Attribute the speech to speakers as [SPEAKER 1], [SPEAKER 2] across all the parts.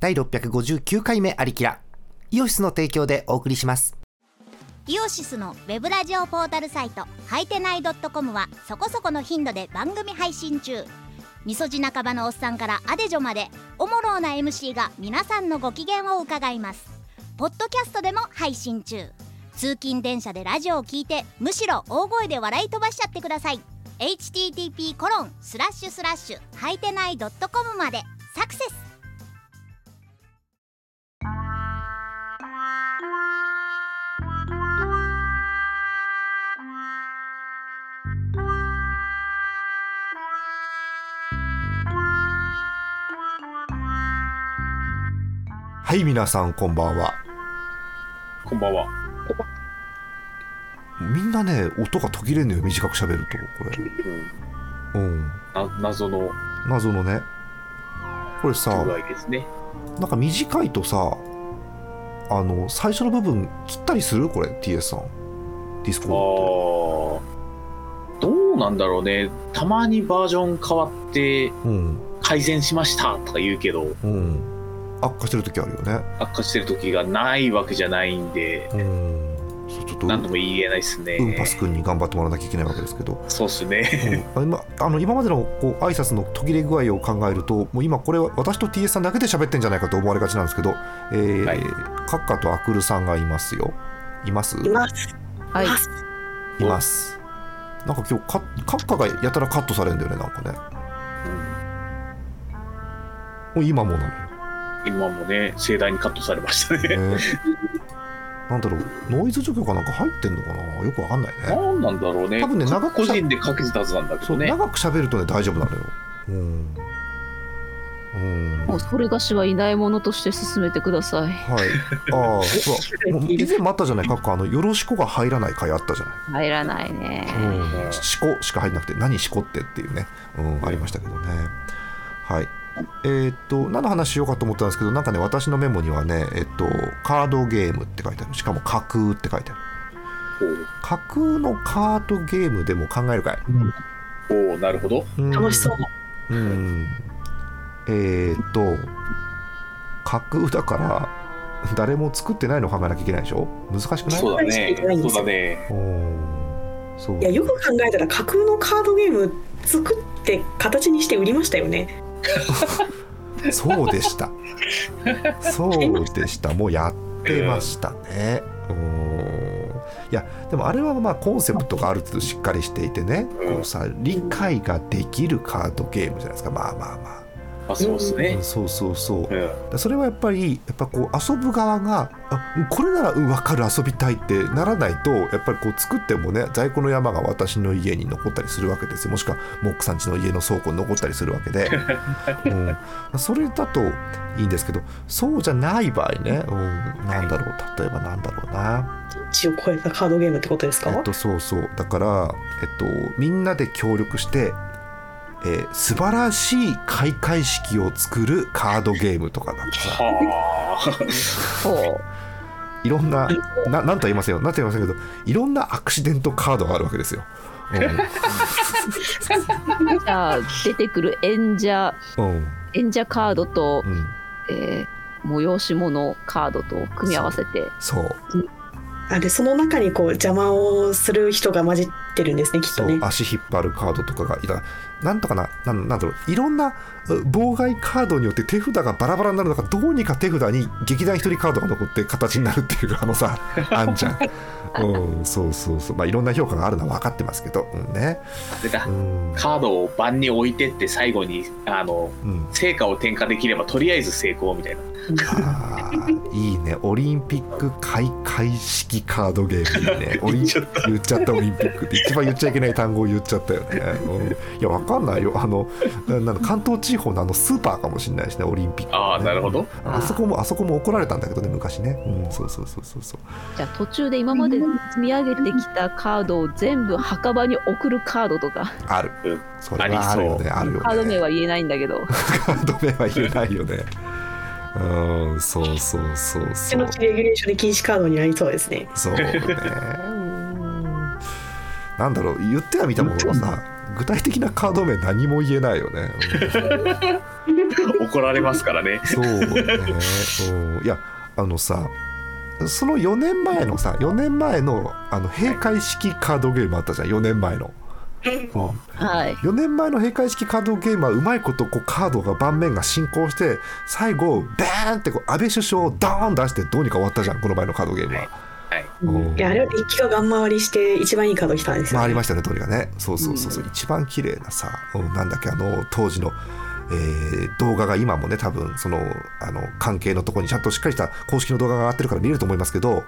[SPEAKER 1] 第659回目ありきらイオシスの提供でお送りします
[SPEAKER 2] イオシスのウェブラジオポータルサイト「はいてない .com」はそこそこの頻度で番組配信中みそじ半ばのおっさんからアデジョまでおもろうな MC が皆さんのご機嫌を伺いますポッドキャストでも配信中通勤電車でラジオを聞いてむしろ大声で笑い飛ばしちゃってください http コロンスラッシュスラッシュはいてない .com までサクセス
[SPEAKER 1] はい皆さんこんばんは
[SPEAKER 3] こんばんは。
[SPEAKER 1] みんなね音が途切れんのよ短く喋るとこれうん
[SPEAKER 3] な謎の
[SPEAKER 1] 謎のねこれ
[SPEAKER 3] 不
[SPEAKER 1] さ
[SPEAKER 3] 具合ですね。
[SPEAKER 1] なんか短いとさあの最初の部分切ったりするこれ TS さんディス
[SPEAKER 3] ああ
[SPEAKER 1] コ
[SPEAKER 3] ー。どうなんだろうね。たまにバージョン変わっ
[SPEAKER 1] ー
[SPEAKER 3] て
[SPEAKER 1] ドってうん
[SPEAKER 3] 改善しましたとか言うけど、
[SPEAKER 1] うん悪化してる時あるよね
[SPEAKER 3] 悪化してる時がないわけじゃないんで、
[SPEAKER 1] うんそうちょっと
[SPEAKER 3] 何とも言えないですね。
[SPEAKER 1] うんぱすくんに頑張ってもらわなきゃいけないわけですけど、
[SPEAKER 3] そうっすね。
[SPEAKER 1] うん今あの今までのこう挨拶の途切れ具合を考えるともう今これは私と TS さんだけで喋ってんじゃないかと思われがちなんですけど、えー
[SPEAKER 3] はい
[SPEAKER 1] カッカとアクルさんがいますよいますい
[SPEAKER 3] ます。
[SPEAKER 4] はい。
[SPEAKER 1] ますなんか今日カッカッカがやたらカットされるんだよねなんかねもう今もなの
[SPEAKER 3] 今もね、盛大にカットされましたね。
[SPEAKER 1] ね、なんだろうノイズ除去かなんか入ってんのかなよくわかんないね
[SPEAKER 3] 何なんだろうね。
[SPEAKER 1] 多分ね長く
[SPEAKER 3] 個人でかけてたはずなんだけ
[SPEAKER 1] そう
[SPEAKER 3] どね。
[SPEAKER 1] 長く喋るとね大丈夫なのようんうん
[SPEAKER 4] も
[SPEAKER 1] は
[SPEAKER 4] う
[SPEAKER 1] い
[SPEAKER 4] それがしはいないものとして進めてください。
[SPEAKER 1] ああそう だもう以前もあったじゃないかっこあの「よろしこ」が入らない回あったじゃない
[SPEAKER 4] 入らないね。
[SPEAKER 1] 「しこ」しか入んなくて「何しこって」っていうね、うん、ありましたけどねはいえーっと何の話しようかと思ったんですけどなんかね私のメモにはねえっとカードゲームって書いてあるしかも架空って書いてある架空のカードゲームでも考えるかい
[SPEAKER 3] おおなるほど。
[SPEAKER 1] 楽しそう。うん。えーっと、架空だから、誰も作ってないのを考えなきゃいけないでしょ難しくない
[SPEAKER 3] そうだね。
[SPEAKER 5] ない
[SPEAKER 3] そう
[SPEAKER 5] んです
[SPEAKER 3] だ
[SPEAKER 5] よ
[SPEAKER 3] ね。
[SPEAKER 1] うーんそう
[SPEAKER 5] いやよく考えたら架空のカードゲーム作って形にして売りましたよね。
[SPEAKER 1] そうでした。そうでした。もうやってましたね。うーんいやでもあれはまあコンセプトがある程度しっかりしていてね、
[SPEAKER 3] うん
[SPEAKER 1] こうさ理解ができるカードゲームじゃないですかまあまあまあ、
[SPEAKER 3] あ、そうっす
[SPEAKER 1] う
[SPEAKER 3] ね
[SPEAKER 1] ん。そうそうそう
[SPEAKER 3] うん。
[SPEAKER 1] だそれはやっぱりやっぱこう遊ぶ側があうんこれならうん分かる遊びたいってならないとやっぱりこう作ってもね在庫の山が私の家に残ったりするわけですよもしくはモックさん家の家の倉庫に残ったりするわけで、うん、それだといいんですけどそうじゃない場合ね、うん、なんだろう例えばなんだろうな
[SPEAKER 5] 地を超えたカードゲームってことですか？
[SPEAKER 1] えっと、そうそうだから、えっと、みんなで協力して、えー素晴らしい開会式を作るカードゲームとかなんかさ
[SPEAKER 3] はあ。
[SPEAKER 4] ほ
[SPEAKER 1] いろんな、ななんとは言いませんよ、なんとは言いませんけど、いろんなアクシデントカードがあるわけですよ。
[SPEAKER 4] う。じゃあ出てくる演者
[SPEAKER 1] うん、うん、
[SPEAKER 4] 演者カードと
[SPEAKER 1] う、ん、
[SPEAKER 4] えー、催し物カードと組み合わせて。
[SPEAKER 1] そう、
[SPEAKER 5] あでその中にこう邪魔をする人が混じってるんですねきっと
[SPEAKER 1] そ
[SPEAKER 5] ね
[SPEAKER 1] う、。足引っ張るカードとかがいた、なんとかな、なんなんだろう、いろんなう妨害カードによって手札がバラバラになる中、どうにか手札に劇団一人カードが残って形になるっていう、あ のさ、あんじゃん。うん、そうそうそう、まあ、いろんな評価があるのは分かってますけど、うんね。
[SPEAKER 3] 出た
[SPEAKER 1] う。ん、
[SPEAKER 3] カードを盤に置いてって最後にあの
[SPEAKER 1] うん
[SPEAKER 3] 成果を転嫁できればとりあえず成功みたいな
[SPEAKER 1] あーいいねオリンピック開会式カードゲームいいねオリン
[SPEAKER 3] 言っちゃっ
[SPEAKER 1] 言っちゃったオリンピックって一番言っちゃいけない単語を言っちゃったよ ね、うんいやわかんないよあのななんだ関東地方のあのスーパーかもしれないしねオリンピック、ね、
[SPEAKER 3] ああなるほど
[SPEAKER 1] あそこもあそこも怒られたんだけどね昔ね、うん、そうそうそうそうそう
[SPEAKER 4] じゃあ途中で今まで積み上げてきたカードを全部墓場に送るカードと か。
[SPEAKER 1] ある
[SPEAKER 3] うん
[SPEAKER 1] それはあるよねあるよね
[SPEAKER 4] カード名は言えないんだけど。
[SPEAKER 1] カード名は言えないよねうんそうそうそう
[SPEAKER 5] うち
[SPEAKER 1] そ
[SPEAKER 5] の
[SPEAKER 1] う
[SPEAKER 5] うちレギュレーションで禁止カードになりそうですね。
[SPEAKER 1] そうね。なんだろう言ってはみたもののさ具体的なカード名何も言えないよね。
[SPEAKER 3] 怒られますからね。
[SPEAKER 6] そうだね。うんいやあのさその4年前のさ4年前のあの閉会式カードゲームあったじゃん4年前の。
[SPEAKER 4] はい。
[SPEAKER 6] 4年前の閉会式カードゲームはうまいことこうカードが盤面が進行して最後バーンってこう安倍首相をドーン出してどうにか終わったじゃんこの前のカードゲームは。
[SPEAKER 3] はい
[SPEAKER 6] うん
[SPEAKER 5] いやあれは一気がガン回りして一番いいカード来たんですよ、
[SPEAKER 6] 回りましたねどうにかねそうそうそうそう、一番綺麗なさ、うん、なんだっけあの当時の、えー動画が今もね多分そのあの関係のところにちゃんとしっかりした公式の動画が上がってるから見れると思いますけど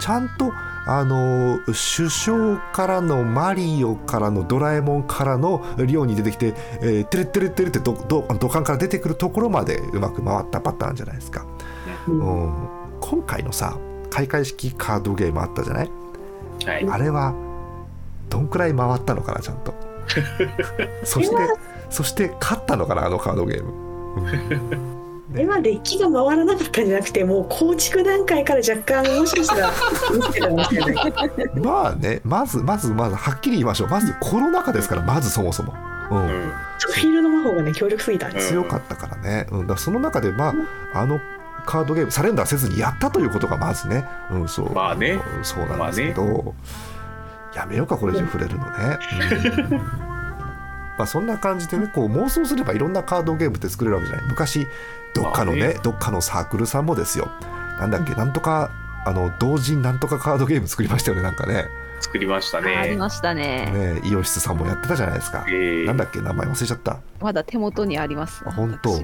[SPEAKER 6] ちゃんとあの首相からのマリオからのドラえもんからのリオに出てきて、えー、テレテレテレってどど土管から出てくるところまでうまく回ったパターンじゃないですか。うん、今回のさ開会式カードゲームあったじゃない
[SPEAKER 3] はい。
[SPEAKER 6] あれはどんくらい回ったのかなちゃんとそしてそして勝ったのかなあのカードゲーム、うん
[SPEAKER 5] あれはデッキが回らなかったんじゃなくてもう構築段階から若干もしかした ら見てたかもしれない
[SPEAKER 6] まあねまずまずまずはっきり言いましょうまずコロナ禍ですからまずそもそも、うん
[SPEAKER 3] うん。
[SPEAKER 5] ちょっとフィールド魔法がね強力すぎたんです
[SPEAKER 6] 強かったからね、うん、だからその中でまああのカードゲームサレンダーせずにやったということがまずね、うん、そう
[SPEAKER 3] まあね
[SPEAKER 6] うんそうなんですけど、やめようかこれ以上触れるのね。うんまあそんな感じでねこう妄想すればいろんなカードゲームって作れるわけじゃない昔どっかのね,、
[SPEAKER 3] まあ
[SPEAKER 6] どっかのサークルさんもですよなんだっけなんとかあの同人なんとかカードゲーム作りましたよねなんかね
[SPEAKER 3] 作りました
[SPEAKER 4] あり
[SPEAKER 3] ね。
[SPEAKER 4] ましたね。
[SPEAKER 6] ねイオシスさんもやってたじゃないですか
[SPEAKER 3] え、ー
[SPEAKER 6] なんだっけ名前忘れちゃった
[SPEAKER 4] まだ手元にあります。
[SPEAKER 6] あ本当
[SPEAKER 4] 私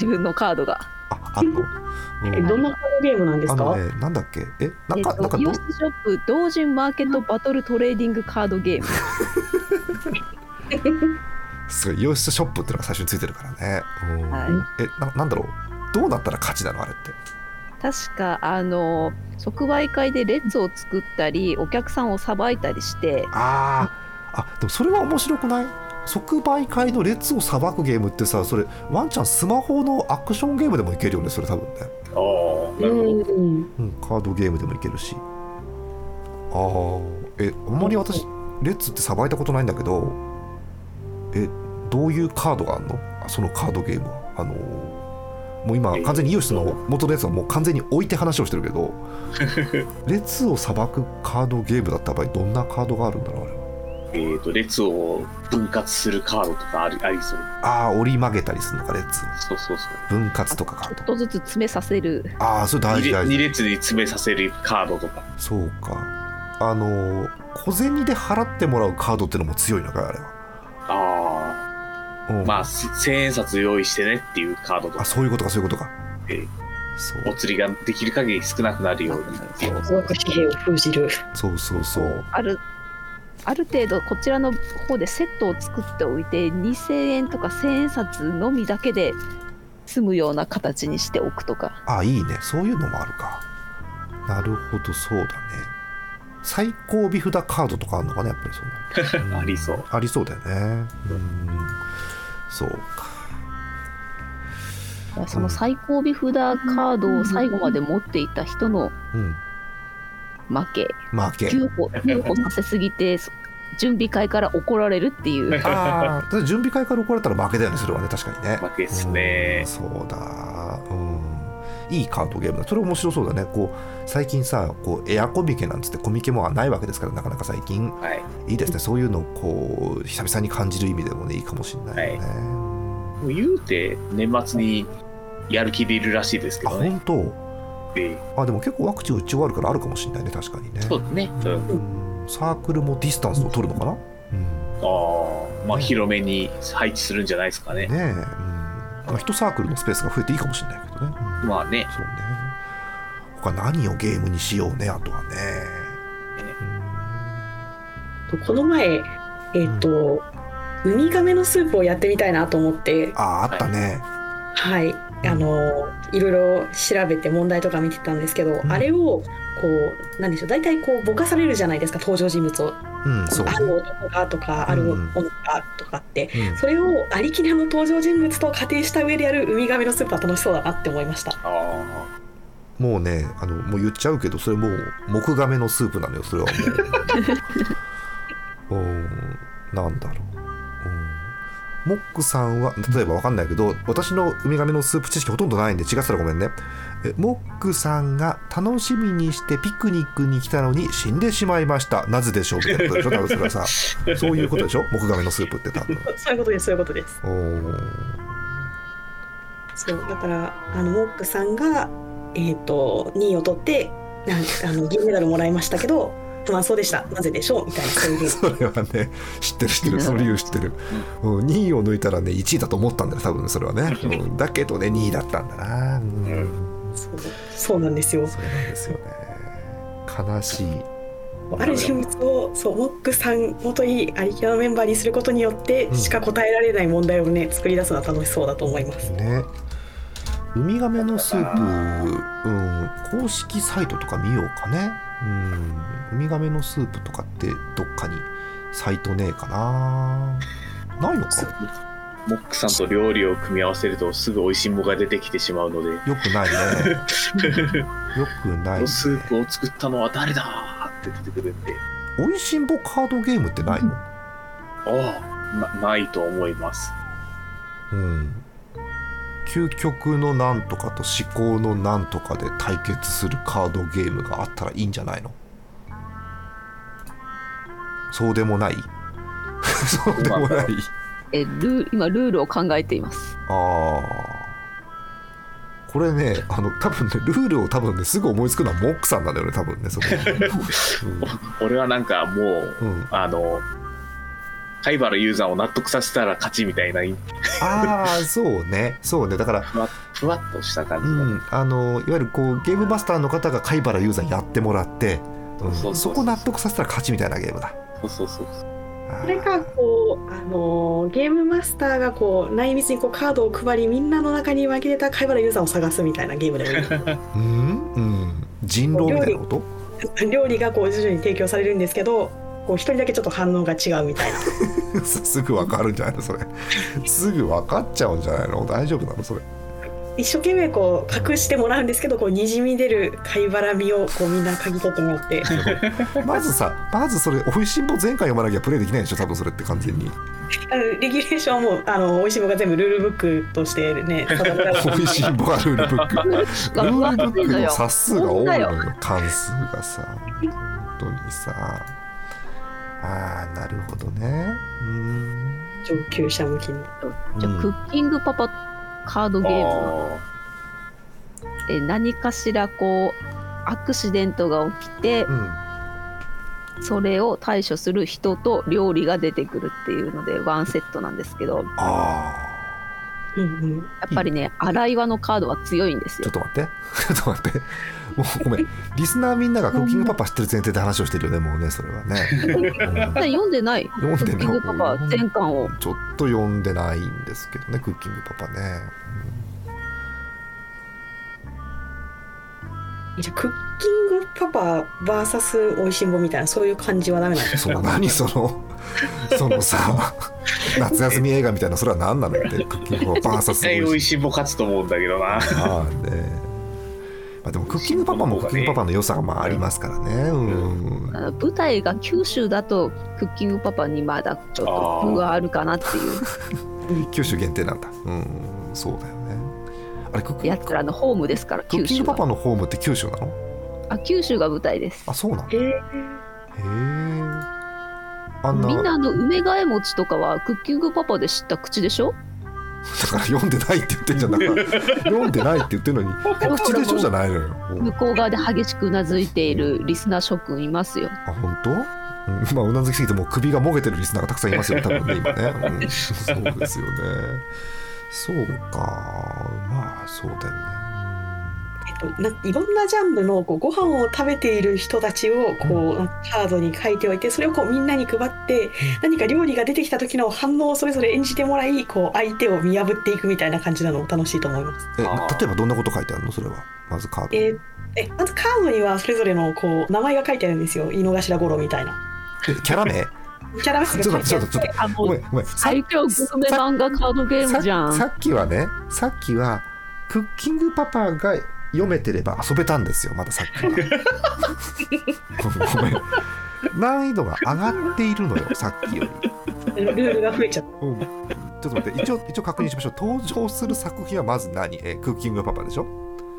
[SPEAKER 4] 自分のカードが。
[SPEAKER 6] ああるの、うん
[SPEAKER 5] えどんなカードゲームなんです
[SPEAKER 6] あ
[SPEAKER 5] か、
[SPEAKER 6] のね、なんだっけ、え、な
[SPEAKER 4] え
[SPEAKER 6] ん
[SPEAKER 4] っ
[SPEAKER 6] か、なん
[SPEAKER 4] と、
[SPEAKER 6] か
[SPEAKER 4] イ
[SPEAKER 6] ど
[SPEAKER 4] オシスショップ同人マーケットバトルトレーディングカードゲーム。
[SPEAKER 6] すごい、洋室ショップっていうのが最初についてるからね。うん
[SPEAKER 4] はい
[SPEAKER 6] え、な、なんだろう、どうなったら勝ちなの、あれって。
[SPEAKER 4] 確かあの即売会で列を作ったりお客さんをさばいたりして
[SPEAKER 6] ああ、あ、でも、それは面白くない。即売会の列をさばくゲームってさ、それ、ワンチャンスマホのアクションゲームでもいけるよね、それ多分
[SPEAKER 3] あ
[SPEAKER 6] ね。
[SPEAKER 3] あ、なるほど。
[SPEAKER 5] うん
[SPEAKER 6] うん、カードゲームでもいけるし。ああ、え、あんまり私、列ってさばいたことないんだけど。え、どういうカードがあるの、あそのカードゲームは、あのーもう今
[SPEAKER 3] えー
[SPEAKER 6] 完全にイオシスの元のやつはもう完全に置いて話をしてるけ ど列をさばくカードゲームだった場合どんなカードがあるんだろうあれは
[SPEAKER 3] えっ、と、列を分割するカードとかありありそう。
[SPEAKER 6] ああー折り曲げたりするのか列を
[SPEAKER 3] そうそうそう。
[SPEAKER 6] 分割とかカ
[SPEAKER 4] ちょ
[SPEAKER 6] ー
[SPEAKER 4] っ
[SPEAKER 6] ド
[SPEAKER 4] とずつ詰めさせる
[SPEAKER 6] ああそれ大事
[SPEAKER 3] 二
[SPEAKER 6] 大
[SPEAKER 3] 列二
[SPEAKER 6] 事
[SPEAKER 3] 列に詰めさせるカードとか。
[SPEAKER 6] そうかあのー小銭で払ってもらうカードってのも強いのかいあれは、
[SPEAKER 3] あ
[SPEAKER 6] うん
[SPEAKER 3] あ、まあ、せ千円札用意してねっていうカードと
[SPEAKER 6] あ
[SPEAKER 3] か、
[SPEAKER 6] そういうことかそういうことか。
[SPEAKER 3] ええ
[SPEAKER 6] そう
[SPEAKER 3] お釣りができる限り少なくなるように。
[SPEAKER 5] すごく紙幣を封じる
[SPEAKER 6] そうそうそう。
[SPEAKER 4] あるある程度こちらの方でセットを作っておいて2,000円とか1,000円札のみだけで済むような形にしておくとか
[SPEAKER 6] あいいねそういうのもあるか。なるほどそうだね。最高尾札カードとかあるのかねやっぱりそう なの
[SPEAKER 3] ありそう。
[SPEAKER 6] ありそうだよね。うんそうか。
[SPEAKER 4] その最高尾札カードを最後まで持っていた人の
[SPEAKER 6] うん。
[SPEAKER 4] 負け
[SPEAKER 6] 負け。
[SPEAKER 4] 9歩9歩させすぎてそ準備会から怒られるっていう
[SPEAKER 6] ああ。ただ準備会から怒られたら負けだよねそれはね確かにね。
[SPEAKER 3] 負けですね
[SPEAKER 6] うん。そうだうんいいカードゲームだそれ面白そうだねこう最近さこうエアコミケなんつってコミケもないわけですからなかなか最近
[SPEAKER 3] はい。
[SPEAKER 6] いいですね、そういうのをこう久々に感じる意味でもねいいかもしれないよね。
[SPEAKER 3] もう言うて、年末にやる気でいるらしいですけ
[SPEAKER 6] あ
[SPEAKER 3] どね。
[SPEAKER 6] 本当
[SPEAKER 3] え
[SPEAKER 6] あでも結構ワクチン打ち終わるからあるかもしれないね確かにね
[SPEAKER 3] え。そうですね。うん
[SPEAKER 6] うんサークルもディスタンスを取るのかな、うん
[SPEAKER 3] ああ、まあ、広めに配置するんじゃないですかね。
[SPEAKER 6] ねえ、うんまあ、一サークルのスペースが増えていいかもしれないけどね。うん
[SPEAKER 3] まあね、
[SPEAKER 6] そうね他何をゲームにしようねあとはね。
[SPEAKER 5] この前えっ、と、ウミガメのスープをやってみたいなと思って
[SPEAKER 6] あああったね。
[SPEAKER 5] はいあのいろいろ調べて問題とか見てたんですけど、
[SPEAKER 6] うん
[SPEAKER 5] あれをこうなんでしょう大体こうぼかされるじゃないですか登場人物を
[SPEAKER 6] うんそうね
[SPEAKER 5] あ。る男がとかある
[SPEAKER 6] うん
[SPEAKER 5] 女がとかって、
[SPEAKER 6] うん
[SPEAKER 5] それをありきなの登場人物と仮定した上でやるウミガメのスープは楽しそうだなって思いました。
[SPEAKER 3] ああ、
[SPEAKER 6] もうねあのもう言っちゃうけどそれもう木亀のスープなのよそれはもううーんなんだろううーんモックさんは例えば分かんないけど私のウミガメのスープ知識ほとんどないんで違ってたらごめんねえモックさんが楽しみにしてピクニックに来たのに死んでしまいましたなぜでしょうみたいなことでしょ多分それはさそういうことでしょモクガメのスープって多分
[SPEAKER 5] そういうことですそういうことです
[SPEAKER 6] おー
[SPEAKER 5] そうだからあのモックさんがえっ、と2位を取ってなんあの銀メダルもらいましたけどまあそうでしたなぜでしょうみたいなそういうゲーム
[SPEAKER 6] それはね知ってる知ってるその理由知ってる、うん、2位を抜いたらね1位だと思ったんだよ多分それはね、うん、だけどね2位だったんだなうん、
[SPEAKER 5] そうそうなんですよ
[SPEAKER 6] そうなんですよね悲しい
[SPEAKER 5] ある人物をそうモックさん元いアリキャのメンバーにすることによってしか答えられない問題をね作り出すのは楽しそうだと思います
[SPEAKER 6] ねウミガメのスープ、うん、公式サイトとか見ようかね、うん、ウミガメのスープとかってどっかにサイトねえかなないのか
[SPEAKER 3] モックさんと料理を組み合わせるとすぐ美味しいもが出てきてしまうので、
[SPEAKER 6] よくないねよく
[SPEAKER 3] こ
[SPEAKER 6] な
[SPEAKER 3] の
[SPEAKER 6] い、ね、
[SPEAKER 3] スープを作ったのは誰だーって出てくるんで、
[SPEAKER 6] おいしんぼカードゲームってないの、
[SPEAKER 3] ああ、なないと思います。
[SPEAKER 6] うん、究極のなんとかと思考のなんとかで対決するカードゲームがあったらいいんじゃないのそうでもない そうでもない
[SPEAKER 4] えルー今ルールを考えてい ます
[SPEAKER 6] ああこれねあの多分ねルールを多分ねすぐ思いつくのはモックさんなんだよね多分ねそ こ、
[SPEAKER 3] 俺はなんかもう、
[SPEAKER 6] うんうん、
[SPEAKER 3] あの、灰原雄山を納得させたら勝ちみたいな、
[SPEAKER 6] ああそうねそうねだから
[SPEAKER 3] ふわふわっとした感
[SPEAKER 6] う
[SPEAKER 3] じの、
[SPEAKER 6] ん、あのいわゆるこうゲームマスターの方が貝原雄山やってもらって、う
[SPEAKER 3] そ
[SPEAKER 6] ん
[SPEAKER 3] うそうそう
[SPEAKER 6] そこ納得させたら勝ちみたいなゲームだ。
[SPEAKER 3] そうそうそう。
[SPEAKER 5] これがこう、あのーゲームマスターがこう内密にこうカードを配りみんなの中に紛れた貝原ユーザーを探すみたいなゲームでもいいです
[SPEAKER 6] うん、うん、人狼みたいなこと
[SPEAKER 5] 料理がこう徐々に提供されるんですけどこう一人だけちょっと反応が違うみたいな
[SPEAKER 6] すぐ分かるんじゃない のそれすぐ分かっちゃうんじゃないの大丈夫なのそれ
[SPEAKER 5] 一生懸命こう隠してもらうんですけどこうにじみ出る貝原身をこうみんな嗅ぎ取ってもらって
[SPEAKER 6] まずさまずそれ「おいしんぼ」前回読まなきゃプレイできないでしょ多分それって完 全に
[SPEAKER 5] あのレギュレーションはもうあの美味しいものが全部ルールブックとしてね定められ
[SPEAKER 6] 「
[SPEAKER 5] て
[SPEAKER 6] おいしんぼ」がルールブックルールブックの
[SPEAKER 4] よ
[SPEAKER 6] 冊数が多いのよ関数がさ本当にさあーなるほどねうん
[SPEAKER 5] 上級者向きに
[SPEAKER 4] じゃ
[SPEAKER 6] う
[SPEAKER 4] あ
[SPEAKER 6] ん
[SPEAKER 4] クッキングパパカードゲーム
[SPEAKER 3] あ
[SPEAKER 4] え何かしらこうアクシデントが起きて
[SPEAKER 6] うん
[SPEAKER 4] それを対処する人と料理が出てくるっていうのでワンセットなんですけどや
[SPEAKER 6] あ
[SPEAKER 5] うんうん
[SPEAKER 4] っぱりね洗い場のカードは強いんです
[SPEAKER 6] ーちょ
[SPEAKER 4] よ
[SPEAKER 6] っと待って ちょっと待ってもうごめんリスナーみんながクッキングパパ知ってる前提で話をしてるよねもうねそれ はね、うん
[SPEAKER 4] 読んでない
[SPEAKER 6] 読ん
[SPEAKER 4] ク
[SPEAKER 6] で
[SPEAKER 4] ッキン
[SPEAKER 6] ない
[SPEAKER 4] グパパ全巻を
[SPEAKER 6] ちょっと読んでないんですけどねクッキングパパね、
[SPEAKER 5] じゃあクッキングパパ VS おいしんぼみたいなそういう感じはダメなんで
[SPEAKER 6] うん、
[SPEAKER 5] す
[SPEAKER 6] そ
[SPEAKER 5] か
[SPEAKER 6] う何そのそのさ夏休み映画みたいなそれは何なのってクッキングパパ VS
[SPEAKER 3] あ。絶対美味しいも勝つと思うんだけどな。
[SPEAKER 6] まあね、まあ、でもクッキングパパもクッキングパパの良さがまあありますからねうん
[SPEAKER 4] あの舞台が九州だとクッキングパパにまだちょっと分があるかなっていう
[SPEAKER 6] 九州限定なんだうんそうだよねあれクッキン
[SPEAKER 4] やつらのホームですから
[SPEAKER 6] クッ
[SPEAKER 4] 九
[SPEAKER 6] キン
[SPEAKER 4] 州
[SPEAKER 6] グパ
[SPEAKER 4] は
[SPEAKER 6] パのホームって九州なの
[SPEAKER 4] あ九州が舞台です
[SPEAKER 6] あそうなんだ
[SPEAKER 5] えー
[SPEAKER 6] へえあんな
[SPEAKER 4] みんなあの梅替え餅とかはクッキングパパで知った口でしょ
[SPEAKER 6] だから読んでないって言ってんじゃんだから読んでないって言ってんのに口でしょじゃないのよ。
[SPEAKER 4] 向こう側で激しくうなずいているリスナー諸君いますよ
[SPEAKER 6] あ本当？うんまあうなずきすぎてもう首がもげてるリスナーがたくさんいますよ多分ね今ね、うん、そうですよねそうかまあそうだよね
[SPEAKER 5] えっとないろんなジャンルのこうご飯を食べている人たちをこう、カードに書いておいてそれをこうみんなに配って、何か料理が出てきた時の反応をそれぞれ演じてもらいこう相手を見破っていくみたいな感じなのも楽しいと思います。
[SPEAKER 6] え例
[SPEAKER 3] あー
[SPEAKER 6] えばどんなこと書いてあるのそれはまずカード
[SPEAKER 5] えーえまずカードにはそれぞれのこう名前が書いてあるんですよ井の頭五郎みたいな。
[SPEAKER 6] えキャラ名
[SPEAKER 5] キャラメスが
[SPEAKER 6] ち
[SPEAKER 5] 書
[SPEAKER 6] ょ
[SPEAKER 5] いてあ
[SPEAKER 6] っとちょっ
[SPEAKER 5] る
[SPEAKER 6] とちょっと
[SPEAKER 4] あ
[SPEAKER 6] ごめ
[SPEAKER 4] の
[SPEAKER 6] んごめんさ
[SPEAKER 4] 最強グルメ漫画カードゲームじゃ
[SPEAKER 6] ささ
[SPEAKER 4] ん
[SPEAKER 6] っきはねさっきはクッキングパパが読めてれば遊べたんですよまださっきはごめん難易度が上がっているのよさっきより
[SPEAKER 5] ルールが増えちゃった
[SPEAKER 6] うんちょっと待って一応一応確認しましょう登場する作品はまず何、えークッキングパパでしょ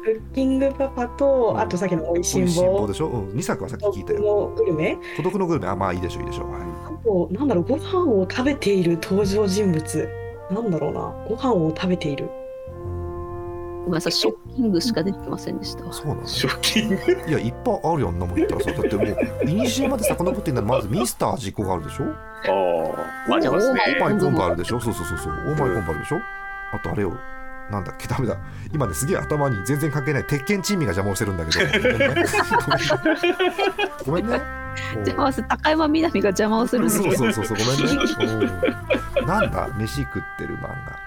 [SPEAKER 5] クッキングパパと、あとさっきのおいし
[SPEAKER 6] 美
[SPEAKER 5] ん
[SPEAKER 6] 味しん
[SPEAKER 5] ぼ
[SPEAKER 6] 坊でしょ、うん、2作はさっき聞いたよ
[SPEAKER 5] のグルメ
[SPEAKER 6] 孤独のグルメあまあいいでしょいいでしょう、はい
[SPEAKER 5] あとなんだろうご飯を食べている登場人物なんだろうなご飯を食べている
[SPEAKER 4] ごめんなさい、ショッキングしか出てませんでした。
[SPEAKER 6] そうなんだ
[SPEAKER 3] ショッキング
[SPEAKER 6] いやいっぱいあるやんなもん言ったらさだってもういにしえまで遡ってんならまずミスター味っ子があるでしょ
[SPEAKER 3] ああまあありますね
[SPEAKER 6] オーマイコンボあるでしょそうそうそうそうオーマイコンボあるでしょあとあれよなんだっけダメだ今ねすげえ頭に全然関係ない鉄拳チームが邪魔をしてるんだけどごめんねごめんね
[SPEAKER 4] 邪魔する高山みなみが邪魔をするんです
[SPEAKER 6] そ
[SPEAKER 4] け
[SPEAKER 6] う
[SPEAKER 4] ど、
[SPEAKER 6] そうそうそ うごめんねうんなんだ飯食ってる漫画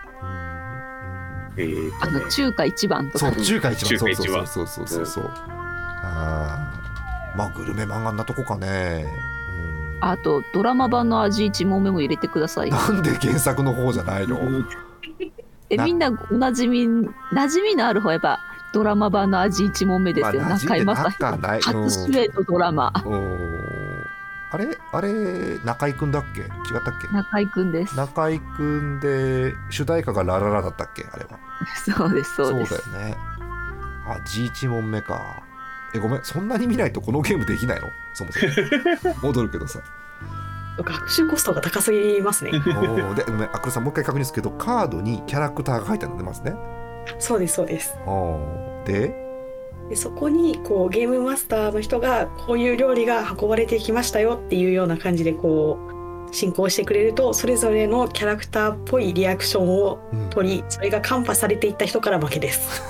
[SPEAKER 3] えー
[SPEAKER 4] あの中華一番と
[SPEAKER 6] そ
[SPEAKER 4] か
[SPEAKER 6] う中華一番
[SPEAKER 3] 中華一番
[SPEAKER 6] そうそうそうそうそうそうあーまあグルメ漫画んなとこかねうん
[SPEAKER 4] あとドラマ版の味一問目も入れてください
[SPEAKER 6] なんで原作の方じゃないの
[SPEAKER 4] え
[SPEAKER 6] な
[SPEAKER 4] みんなおなじみなじみのある方はやっぱドラマ版の味一問目ですよ、
[SPEAKER 6] まあ馴
[SPEAKER 4] 中
[SPEAKER 6] 染
[SPEAKER 4] 居
[SPEAKER 6] んでな
[SPEAKER 4] 正
[SPEAKER 6] か
[SPEAKER 4] 広
[SPEAKER 6] ない
[SPEAKER 4] 初主演のドラマ、
[SPEAKER 6] おーあれあれ中居くんだっけ違ったっけ
[SPEAKER 4] 中居くんです
[SPEAKER 6] 中居くんで主題歌がラララだったっけあれは
[SPEAKER 4] そうですそうです
[SPEAKER 6] そうだよねあ G1 問目かえごめんそんなに見ないとこのゲームできないのそもそ も戻るけどさ
[SPEAKER 5] 学習コストが高すぎますね
[SPEAKER 6] おーでごめんあくるさんもう一回確認ですけどカードにキャラクターが入ってありますね
[SPEAKER 5] そうですそうです
[SPEAKER 6] おーで
[SPEAKER 5] でそこにこうゲームマスターの人がこういう料理が運ばれてきましたよっていうような感じでこう進行してくれるとそれぞれのキャラクターっぽいリアクションを
[SPEAKER 6] うん
[SPEAKER 5] 取りそれがカンパされていった人から負けです。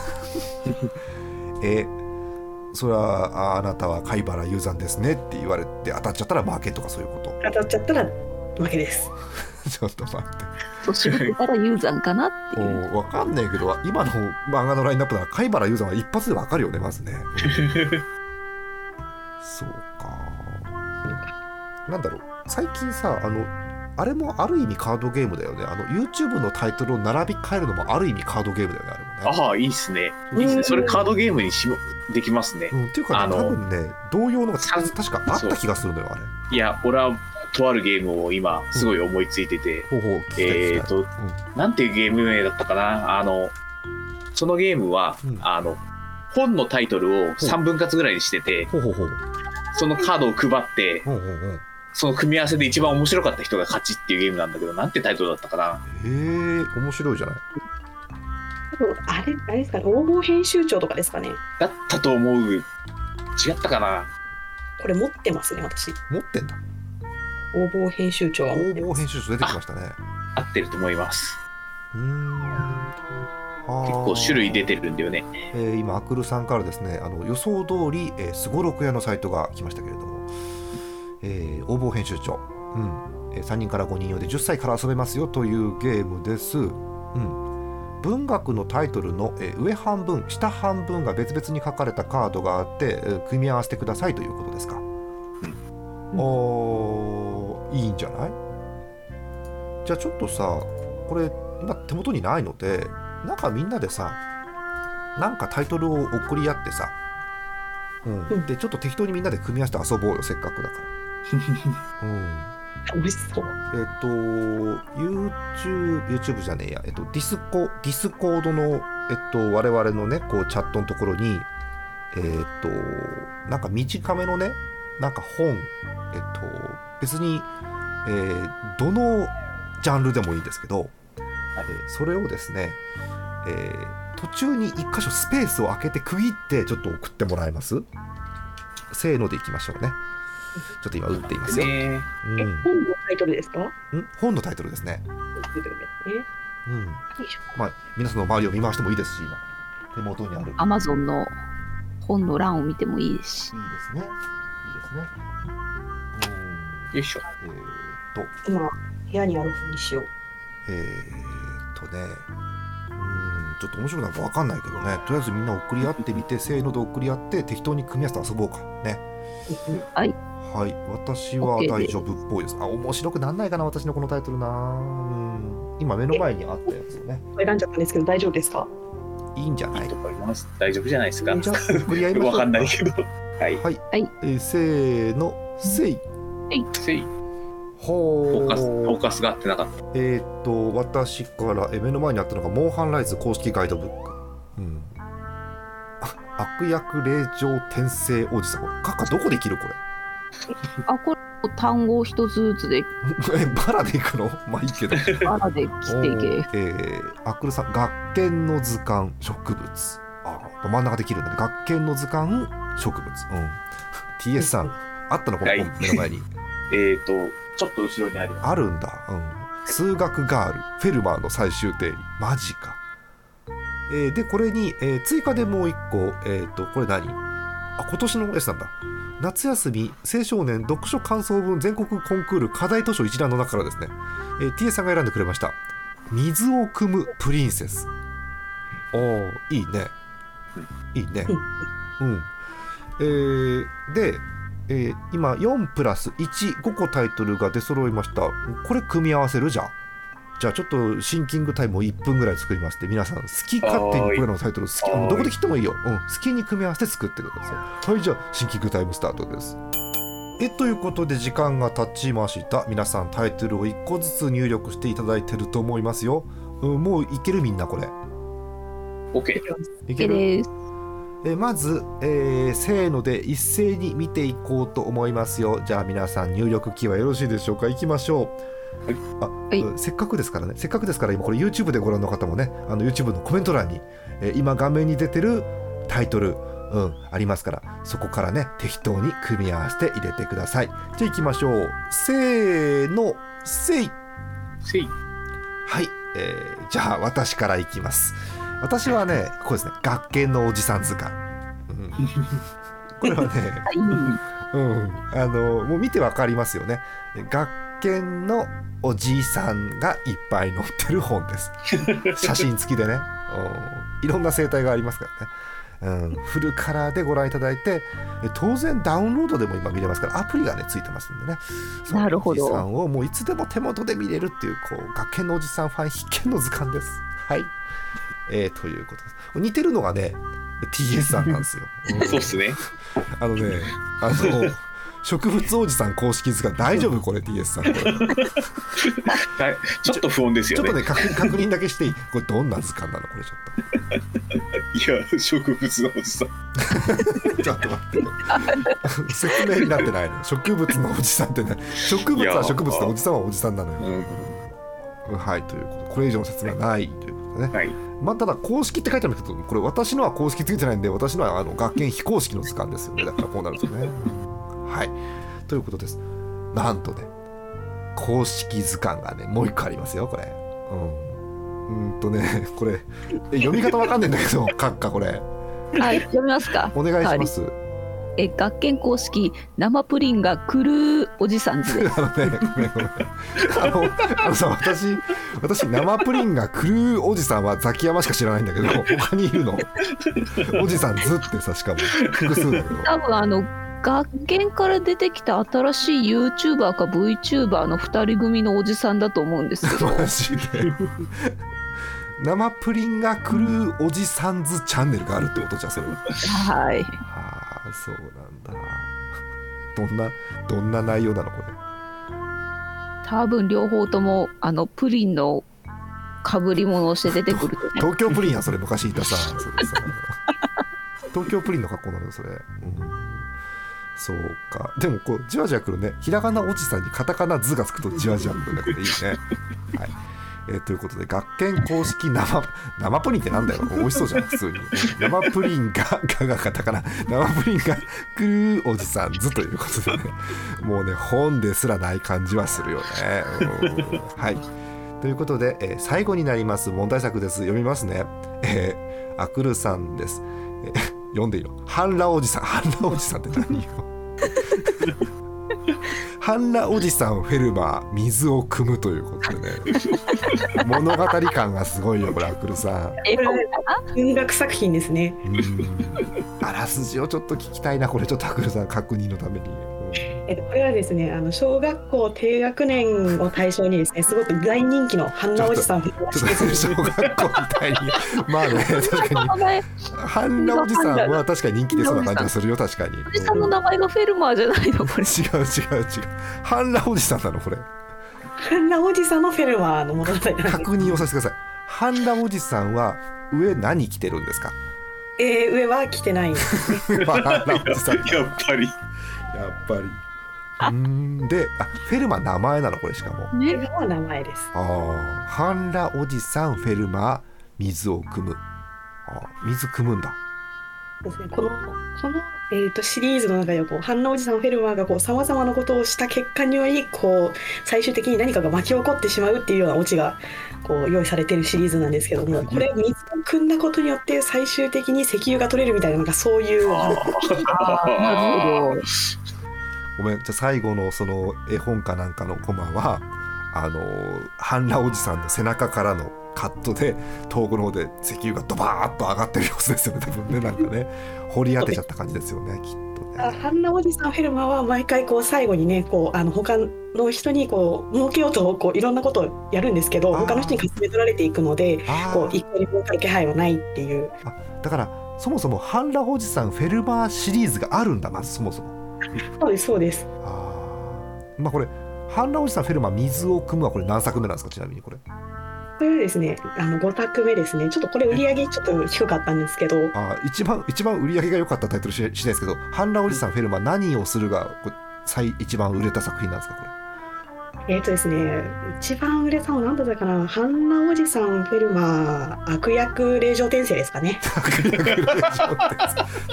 [SPEAKER 6] えそれはああなたは貝原雄山ですねって言われて当たっちゃったら負けとかそういうこと
[SPEAKER 5] 当たっちゃったら負けです。
[SPEAKER 6] ちょっと 待って
[SPEAKER 4] 年取ってから雄山かなっていう
[SPEAKER 6] お分かんないけど今の漫画のラインナップなら貝原雄山は一発で分かるよね まずねそうかなんだろう最近さあのあれもある意味カードゲームだよねあの YouTube のタイトルを並び替えるのもある意味カードゲームだよねあれもね
[SPEAKER 3] ああいいっすねいいっすねそれカードゲームにしもできますね
[SPEAKER 6] うん、っていうか
[SPEAKER 3] あ
[SPEAKER 6] ね
[SPEAKER 3] の
[SPEAKER 6] 多分ね同様のが
[SPEAKER 3] さん
[SPEAKER 6] 確かあった気がするのよあれ
[SPEAKER 3] いや俺はとあるゲームを今すごい思いついてて、
[SPEAKER 6] ほうほう聞きたい
[SPEAKER 3] え
[SPEAKER 6] 聞
[SPEAKER 3] ー
[SPEAKER 6] きたい
[SPEAKER 3] と、なんていうゲーム名だったかなあの、そのゲームは、
[SPEAKER 6] うん
[SPEAKER 3] あの、本のタイトルを3分割ぐらいにしてて、
[SPEAKER 6] ほうほうほう
[SPEAKER 3] そのカードを配って、
[SPEAKER 6] ほうほうほう
[SPEAKER 3] その組み合わせで一番面白かった人が勝ちっていうゲームなんだけど、なんてタイトルだったかな
[SPEAKER 6] へえ面白いじゃない
[SPEAKER 5] あとあれあれですかね応募編集長とかですかね
[SPEAKER 3] だったと思う。違ったかな
[SPEAKER 5] これ持ってますね私
[SPEAKER 6] 持ってんだ
[SPEAKER 5] 応募編集長は持
[SPEAKER 6] 応
[SPEAKER 5] って
[SPEAKER 6] 募
[SPEAKER 5] ます
[SPEAKER 6] 編集長出てきましたね
[SPEAKER 3] 合ってると思います。
[SPEAKER 6] うーん
[SPEAKER 3] 結
[SPEAKER 6] 結
[SPEAKER 3] 構種類出てるんだよね。
[SPEAKER 6] えー今アクルさんからですねあの予想通りえーすごろく屋のサイトが来ましたけれども、えー、応募編集長、うんえー3人から5人用で10歳から遊べますよというゲームです、うん、文学のタイトルの、えー上半分下半分が別々に書かれたカードがあって、えー組み合わせてくださいということですか、おーいいんじゃないじゃあちょっとさこれ今手元にないのでなんかみんなでさなんかタイトルを送り合ってさ、うん
[SPEAKER 5] うん
[SPEAKER 6] でちょっと適当にみんなで組み合わせて遊ぼうよせっかくだから。うん
[SPEAKER 5] 美味しそう
[SPEAKER 6] えっと、YouTube、YouTube じゃねえや、えっと、ディスコ、ディスコードの、えっと、我々のね、こう、チャットのところに、えっと、なんか短めのね、なんか本、えっと、別に、えーどのジャンルでもいいんですけど、えーそれをですね、えー途中に一箇所スペースを空けて区切って、ちょっと送ってもらえますせーのでいきましょうね。ちょっと今打っていますよ。
[SPEAKER 3] ね
[SPEAKER 5] え
[SPEAKER 6] うん
[SPEAKER 5] 本のタイトルですか
[SPEAKER 6] ん本のタイトルですね。
[SPEAKER 5] タイトルですね
[SPEAKER 6] うん。
[SPEAKER 5] よいしょ
[SPEAKER 6] まあ、皆さんの周りを見回してもいいですし、今、手元にある。いいで
[SPEAKER 4] アマゾンの本の欄を見てもいいですし
[SPEAKER 6] すね。いいですね。
[SPEAKER 3] よいしょ。
[SPEAKER 6] うーんえーっと、
[SPEAKER 5] 今部屋にある本にしよう
[SPEAKER 6] えー、っとね、うーん、ちょっと面白くなるかわかんないけどね、とりあえずみんな送り合ってみて、せーので送り合って、適当に組み合わせて遊ぼうか。ね。はい、私は
[SPEAKER 4] OK です
[SPEAKER 6] 大丈夫っぽいです。あ、面白くなんないかな、私のこのタイトルな。うん。今、目の前にあったやつをね、
[SPEAKER 5] 選んじゃったんですけど大丈夫ですか
[SPEAKER 6] いいんじゃない
[SPEAKER 3] とかあります。大丈夫じゃないですか。
[SPEAKER 6] じゃあ、送り合いましょ う
[SPEAKER 3] わかんないけど。はい。
[SPEAKER 6] はい、
[SPEAKER 4] はい
[SPEAKER 6] えーせーの、せい。
[SPEAKER 3] せい。フォ
[SPEAKER 6] ほ
[SPEAKER 3] ーカスフォー
[SPEAKER 6] う
[SPEAKER 3] カスが合ってなかった
[SPEAKER 6] えーっと私からえ目の前にあったのがモンハンライズ公式ガイドブック、うん、あ悪役令嬢転生王子様カッカどこで切るこれ
[SPEAKER 4] あこれ単語を一つずつで
[SPEAKER 6] えバラでいくのまあいいけど
[SPEAKER 4] バラで切ってい
[SPEAKER 6] おー
[SPEAKER 4] け
[SPEAKER 6] えー、アクルさん「学研の図鑑植物」あー真ん中できるんだね学研の図鑑植物うん TS さんあったのこの
[SPEAKER 3] はい
[SPEAKER 6] 目の前に
[SPEAKER 3] えっ、ー、とちょっと後ろにあります
[SPEAKER 6] あるんだ、うん、数学ガールフェルマーの最終定理マジか、えーでこれに、えー追加でもう一個えっ、とこれ何あ今年のやつなんだ夏休み青少年読書感想文全国コンクール課題図書一覧の中からですね、えー、TA さんが選んでくれました「水を汲むプリンセス」おーいいねいいねうんえーでえー今4プラス15個タイトルが出揃いましたこれ組み合わせるじゃんじゃあちょっとシンキングタイムを1分ぐらい作りますって皆さん好き勝手にこれらのタイトル好きあ
[SPEAKER 3] はー
[SPEAKER 6] の
[SPEAKER 3] い
[SPEAKER 6] どこで切ってもいいよ、うん、好きに組み合わせて作ってくださいはいじゃあシンキングタイムスタートですえということで時間が経ちました皆さんタイトルを1個ずつ入力していただいてると思いますよ、うん、もういけるみんなこれ
[SPEAKER 3] OK
[SPEAKER 6] いけ
[SPEAKER 4] け
[SPEAKER 6] る
[SPEAKER 4] です
[SPEAKER 6] えーまず、えーせーので一斉に見ていこうと思いますよじゃあ皆さん入力キーはよろしいでしょうかいきましょうあ、
[SPEAKER 4] い
[SPEAKER 6] うんせっかくですからねせっかくですから今これ YouTube でご覧の方もねあの YouTube のコメント欄に、えー今画面に出てるタイトル、うん、ありますからそこからね適当に組み合わせて入れてくださいじゃあいきましょうせーのせい
[SPEAKER 3] せい
[SPEAKER 6] はい、えーじゃあ私からいきます私はねここですね学研のおじさん図鑑、うん、これはね、うん、あのもう見てわかりますよね学研のおじいさんがいっぱい載ってる本 です写真付きでね、うんいろんな生態がありますからね、うん、フルカラーでご覧いただいてえ当然ダウンロードでも今見れますからアプリがねついてますんでねそう
[SPEAKER 4] なるほど
[SPEAKER 6] おじさんをもういつでも手元で見れるっていうこう学研のおじさんファン必見の図鑑ですはいえー、ということです似てるのがね TS さんなんですよ、ん
[SPEAKER 3] そうっす ね
[SPEAKER 6] あのね、あの、植物おじさん公式図鑑大丈夫これ TS さんこれ
[SPEAKER 3] だいちょっと不穏です
[SPEAKER 6] ちょ
[SPEAKER 3] よ
[SPEAKER 6] っと
[SPEAKER 3] ね
[SPEAKER 6] ね確確認だけしていいこれどんな図鑑なのこれちょ
[SPEAKER 3] い
[SPEAKER 6] っ
[SPEAKER 3] や植物のおじさん
[SPEAKER 6] とちょっと待って 説明になってないの植物のおじさんってね植物は植物でおじさんはおじさんなのよ
[SPEAKER 3] うん
[SPEAKER 6] はいということこれ以上の説明はないということね
[SPEAKER 3] はい
[SPEAKER 6] まあただ公式って書いてあるけどこれ私のは公式ついてないんで私のはあの学研非公式の図鑑ですよねだからこうなるんですよねはいということですなんとね公式図鑑がねもう一個ありますよこれうんうーんとね これえ読み方わかんないんだけど 閣下これ
[SPEAKER 4] はい読みますか
[SPEAKER 6] お願いします、
[SPEAKER 4] え学研公式生プリンが来るおじさんズです
[SPEAKER 6] あのねごめんごめんあのあのさ私私生プリンが狂うおじさんはザキヤマしか知らないんだけど他にいるのおじさんずってさしかも複数だけど
[SPEAKER 4] 多分あの学研から出てきた新しい YouTuber か VTuber の2人組のおじさんだと思うんですけど
[SPEAKER 6] マジで生プリンが来るおじさんズチャンネルがあるってことじゃんそれは
[SPEAKER 4] はい
[SPEAKER 6] ああそうなんだどんなどんな内容なのこ
[SPEAKER 4] 多分両方ともあのプリンのかぶり物をして出てくる と
[SPEAKER 6] れ東京プリンやそれ昔いたさそれさ東京プリンの格好なのよそれ、うん、そうかでもこうじわじわくるねひらがなおじさんにカタカナ「ズ」がつくとじわじわくるねこれいいねはいえーということで学研公式生生プリンってなんだよ美味しそうじゃん普通に生プリンがががカタカナ生プリンがくるおじさんずということでねもうね本ですらない感じはするよねうんはいということで、えー最後になります問題作です読みますねえー、アクルさんです、えー読んでいいの半裸おじさん半裸おじさんって何よ 半裸おじさんフェルマー水を汲むということでね物語感がすごいよこれアクルさん
[SPEAKER 4] え
[SPEAKER 5] これ文学作品ですね。
[SPEAKER 6] あらすじをちょっと聞きたいな、これちょっとタクルさん確認のために。うん
[SPEAKER 5] えっと、これはですねあの小学校低学年を対象にですねすごく大人気の半ンおじさんを目指
[SPEAKER 6] ちょ
[SPEAKER 5] して
[SPEAKER 6] っと小学校みたいにまあね確かに
[SPEAKER 4] 前
[SPEAKER 6] 半裸おじさんは確かに人気出そうな感じがするよ確かに
[SPEAKER 4] おじさんの名前がフェルマーじゃないのこれ
[SPEAKER 6] 違う違う違う半裸おじさんなのこれ
[SPEAKER 5] 半ンおじさんのフェルマーの物語なんです
[SPEAKER 6] 確認をさせてください半裸おじさんは上何着てるん ですか
[SPEAKER 5] えー、上は来てないんです
[SPEAKER 6] まあ半裸おじさんやっ
[SPEAKER 3] やっぱり。
[SPEAKER 6] ぱりうーんであフェルマー名前なのこれしかも
[SPEAKER 5] フェ
[SPEAKER 4] ね
[SPEAKER 5] ルマーの名前です
[SPEAKER 6] ああ半裸おじさんフェルマー水を汲むあー水汲むんだ
[SPEAKER 5] ですねこのこの、えー、とシリーズの中ではこう半ンおじさんのフェルマーがさまざまなことをした結果によりこう最終的に何かが巻き起こってしまうっていうようなオチがこう用意されてるシリーズなんですけどもこれ水を汲んだことによって最終的に石油が取れるみたいななんかそういう
[SPEAKER 4] なるほど
[SPEAKER 6] ごめんじゃあ最後のその絵本かなんかのコマはあのー半裸おじさんの背中からのカットで遠くの方で石油がドバーッと上がってる様子ですよね多分ねなんかね 掘り当てちゃった感じですよねきっと
[SPEAKER 5] あ
[SPEAKER 6] ね。
[SPEAKER 5] ハンナおじさんフェルマーは毎回こう最後にねこうあの他の人にこう儲けようとこういろんなことをやるんですけど
[SPEAKER 6] あー
[SPEAKER 5] 他の人にかすめ取られていくので
[SPEAKER 6] あ
[SPEAKER 5] こう
[SPEAKER 6] ー
[SPEAKER 5] 一向に儲かる気配はないっていう
[SPEAKER 6] だからそもそも半裸おじさんフェルマーシリーズがあるんだまずそもそも。
[SPEAKER 5] そうですそうです
[SPEAKER 6] あーまあこれ半裸おじさんフェルマー水を汲むはこれ何作目なんですかちなみにこれ。
[SPEAKER 5] これはですねあの5作目ですねちょっとこれ売り上げちょっと低かったんですけど
[SPEAKER 6] あー一番一番売り上げが良かったタイトルししないですけど「半裸おじさんフェルマー何をするが」これ最一番売れた作品なんですかこれ。
[SPEAKER 5] えっ、とですね一番売れたのは何だったかなハンナおじさんフェルマー悪役令状転生ですかね
[SPEAKER 6] 悪役令嬢って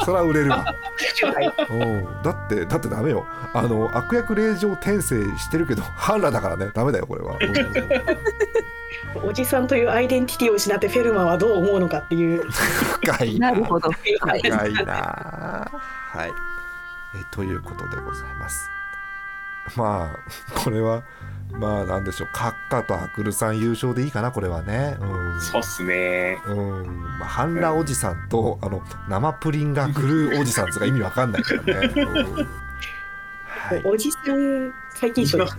[SPEAKER 6] それは売れるわ
[SPEAKER 5] はい
[SPEAKER 6] うんだってだってダメよあの悪役令嬢転生してるけど半裸だからねダメだよこれは、うん
[SPEAKER 5] おじさんというアイデンティティを失ってフェルマーはどう思うのかっていう。
[SPEAKER 6] 深い
[SPEAKER 4] な
[SPEAKER 6] な
[SPEAKER 4] るほどはい
[SPEAKER 6] 深いなはいえということでございますまあこれはまあなんでしょうカッカとアクルさん優勝でいいかなこれはねうん
[SPEAKER 3] そうっすね。
[SPEAKER 6] うん、まあ、半裸おじさんと、あの、生プリンが狂うおじさんとか意味わかんないからね。うんはい、
[SPEAKER 5] おじさん最近賞です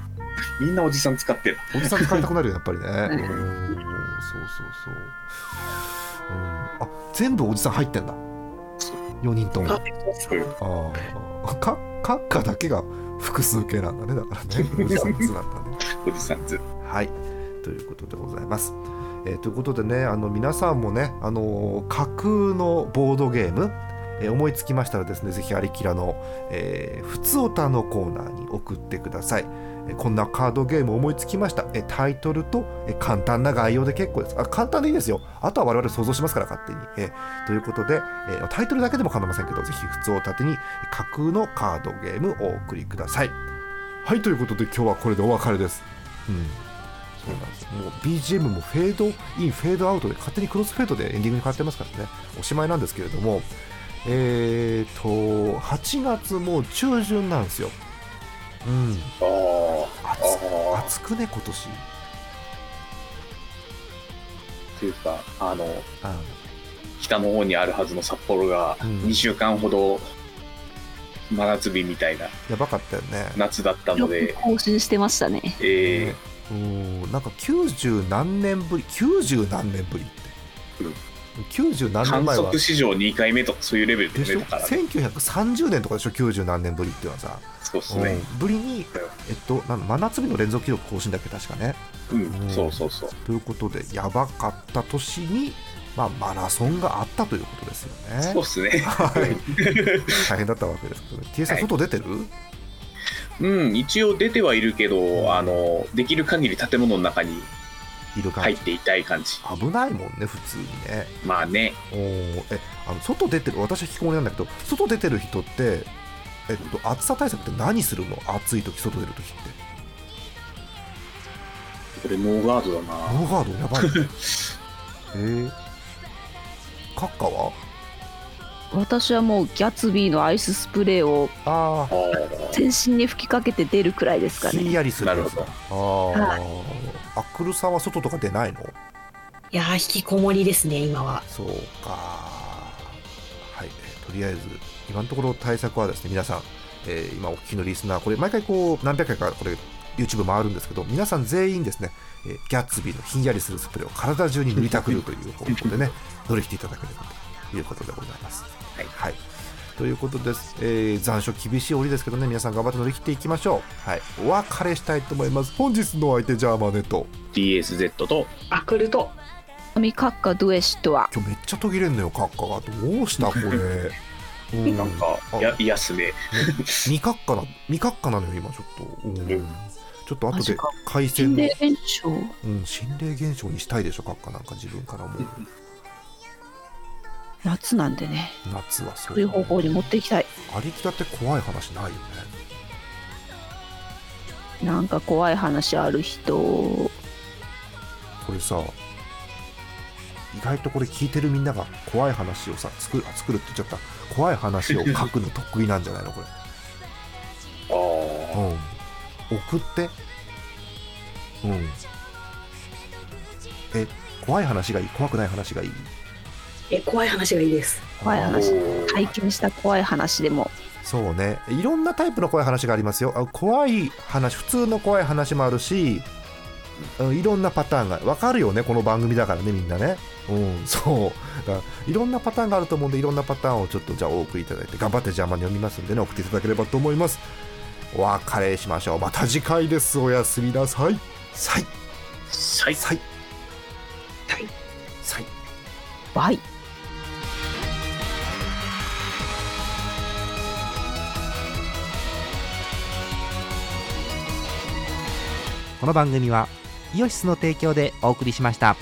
[SPEAKER 3] みんなおじさん使ってる。
[SPEAKER 6] おじさん使いたくなるよ、やっぱりね。うん、
[SPEAKER 4] ん
[SPEAKER 6] そうそうそう。うん、あ、全部おじさん入ってんだ
[SPEAKER 3] そう。
[SPEAKER 6] 四人とも。
[SPEAKER 5] パ
[SPEAKER 6] あ
[SPEAKER 5] ーフェクトです
[SPEAKER 3] うん
[SPEAKER 6] あ、か、かっかだけが複数形なんだね、だからね。おじさんずなんだね。
[SPEAKER 3] おじさんず。
[SPEAKER 6] はい、ということでございます。えーということでね、あの皆さんもね、あのー架空のボードゲーム、えー思いつきましたらですね、ぜひありきらの、えー、ふつおたのコーナーに送ってください。えーこんなカードゲーム思いつきました。えータイトルと、えー簡単な概要で結構です。あ簡単でいいですよ。あとは我々想像しますから、勝手に。えーということで、えータイトルだけでも構いませんけど、ぜひふつおたてに架空のカードゲームをお送りください。はい、ということで今日はこれでお別れです。うんそうなんですもう BGM もフェードイン、フェードアウトで勝手にクロスフェードでエンディングに変わってますからね、おしまいなんですけれども、えー、と8月もう中旬なんですよ。うん、
[SPEAKER 3] ああ。
[SPEAKER 6] 暑
[SPEAKER 3] ああ。
[SPEAKER 6] 暑くね、今年
[SPEAKER 3] というか、あの、
[SPEAKER 6] あ
[SPEAKER 3] 北の方にあるはずの札幌が、
[SPEAKER 6] うん
[SPEAKER 3] 2週間ほど真夏日みたいな
[SPEAKER 6] やばかったよね。
[SPEAKER 3] 夏だったの
[SPEAKER 4] よく
[SPEAKER 3] で、
[SPEAKER 4] 更新してましたね
[SPEAKER 3] え
[SPEAKER 6] うんなんか90何年ぶり、90何年ぶりって、
[SPEAKER 3] うん
[SPEAKER 6] 90
[SPEAKER 3] ー
[SPEAKER 6] 何
[SPEAKER 3] 観
[SPEAKER 6] 年前は
[SPEAKER 3] 測。史上2回目とかそういうレベル
[SPEAKER 6] で
[SPEAKER 3] で
[SPEAKER 6] しょ
[SPEAKER 3] ね、だからね、
[SPEAKER 6] 1930年とかでしょ、90何年ぶりっていうのはさ、
[SPEAKER 3] そうっすね。
[SPEAKER 6] うんぶりに、えっと、なん真夏日の連続記録更新だっけ、確かね。
[SPEAKER 3] うん、
[SPEAKER 6] うん
[SPEAKER 3] そうそうそう。
[SPEAKER 6] ということでやばかった年に、まあ、マラソンがあったということですよ
[SPEAKER 3] そうっ
[SPEAKER 6] ね。
[SPEAKER 3] すね。
[SPEAKER 6] はい、大変だったわけですけど、ね、T さん、
[SPEAKER 3] はい
[SPEAKER 6] 外出てる、
[SPEAKER 3] うん、一応出てはいるけど、あの、できる限り建物の中に
[SPEAKER 6] い、る感
[SPEAKER 3] 入っ
[SPEAKER 6] じ、
[SPEAKER 3] ていたい感じ。
[SPEAKER 6] 危ないもんね、普通にね。
[SPEAKER 3] まあね、
[SPEAKER 6] おーえあの外出てる、私は引きこもりなんだけど、外出てる人って、えっと、暑さ対策って何するの、暑い時外出る時って。
[SPEAKER 3] これノーガードだな。
[SPEAKER 6] ノーガードやばいね、 えー、カッカは
[SPEAKER 4] 私はもうギャツビーのアイススプレーを
[SPEAKER 6] あ
[SPEAKER 3] あ
[SPEAKER 4] 全身に吹きかけて出るくらいですか
[SPEAKER 6] あ、ひん
[SPEAKER 4] ね
[SPEAKER 6] やりするやつだ
[SPEAKER 3] なる。
[SPEAKER 6] あーあ、クルさんは外とか出ないの
[SPEAKER 5] いやー、引きこもりですね、今は。
[SPEAKER 6] そうか。はい、えーとりあえず、今のところ対策はですね、皆さん、えー今お聞きのリスナーこれ毎回こう何百回かこれ YouTube 回るんですけど皆さん全員ですね、えーギャッツビーのひんやりするスプレーを体中に塗りたくるという方法 でね乗り切っていただければということでございます。はい、ということです、えー残暑厳しい折ですけどね皆さん頑張って乗り切っていきましょう、はい、お別れしたいと思います本日のお相手ジャーマネと
[SPEAKER 3] DSZ と
[SPEAKER 5] アクルと
[SPEAKER 4] 神カッカドゥエシュトは
[SPEAKER 6] 今日めっちゃ途切れんのよカッカがどうしたこ れ、う
[SPEAKER 3] なんか
[SPEAKER 6] あ
[SPEAKER 3] や安め
[SPEAKER 6] 未カッカな未カッカなのよ今ちょっと、うんちょっと後
[SPEAKER 4] マ
[SPEAKER 6] で
[SPEAKER 4] ジか
[SPEAKER 6] 回
[SPEAKER 4] 心
[SPEAKER 6] 線の
[SPEAKER 4] 霊現象
[SPEAKER 6] うん、心霊現象にしたいでしょ、閣下なんか自分からも。
[SPEAKER 4] 夏なんでね
[SPEAKER 6] 夏はそ
[SPEAKER 4] そううい
[SPEAKER 6] だ
[SPEAKER 4] う
[SPEAKER 6] ね、
[SPEAKER 4] 方向に持っていきたい
[SPEAKER 6] ありきだって怖い話ないよね。
[SPEAKER 4] なんか怖い話ある人
[SPEAKER 6] これさ、意外とこれ聞いてるみんなが怖い話をさ、作る、あ作るって言っちゃった。怖い話を書くの得意なんじゃないの、これ。
[SPEAKER 3] あー
[SPEAKER 6] うん。送って。うん。え、怖い話がいい怖くない話がいい
[SPEAKER 5] え怖い話がいいです
[SPEAKER 4] 怖い
[SPEAKER 3] お
[SPEAKER 4] 話
[SPEAKER 3] ー
[SPEAKER 4] 体験した怖い話でも
[SPEAKER 6] そうねいろんなタイプの怖い話がありますよあ怖い話普通の怖い話もあるしうんいろんなパターンがわかるよねこの番組だからねみんなねうんそうだからいろんなパターンがあると思うんでいろんなパターンをちょっとじゃあお送りいただいて頑張って邪魔に読みますんでね送っていただければと思いますお別れしましょうまた次回ですおやすみなさいさい
[SPEAKER 3] 最
[SPEAKER 6] さい
[SPEAKER 5] はい
[SPEAKER 6] さい
[SPEAKER 4] バイ
[SPEAKER 1] この番組はイオシスの提供でお送りしました。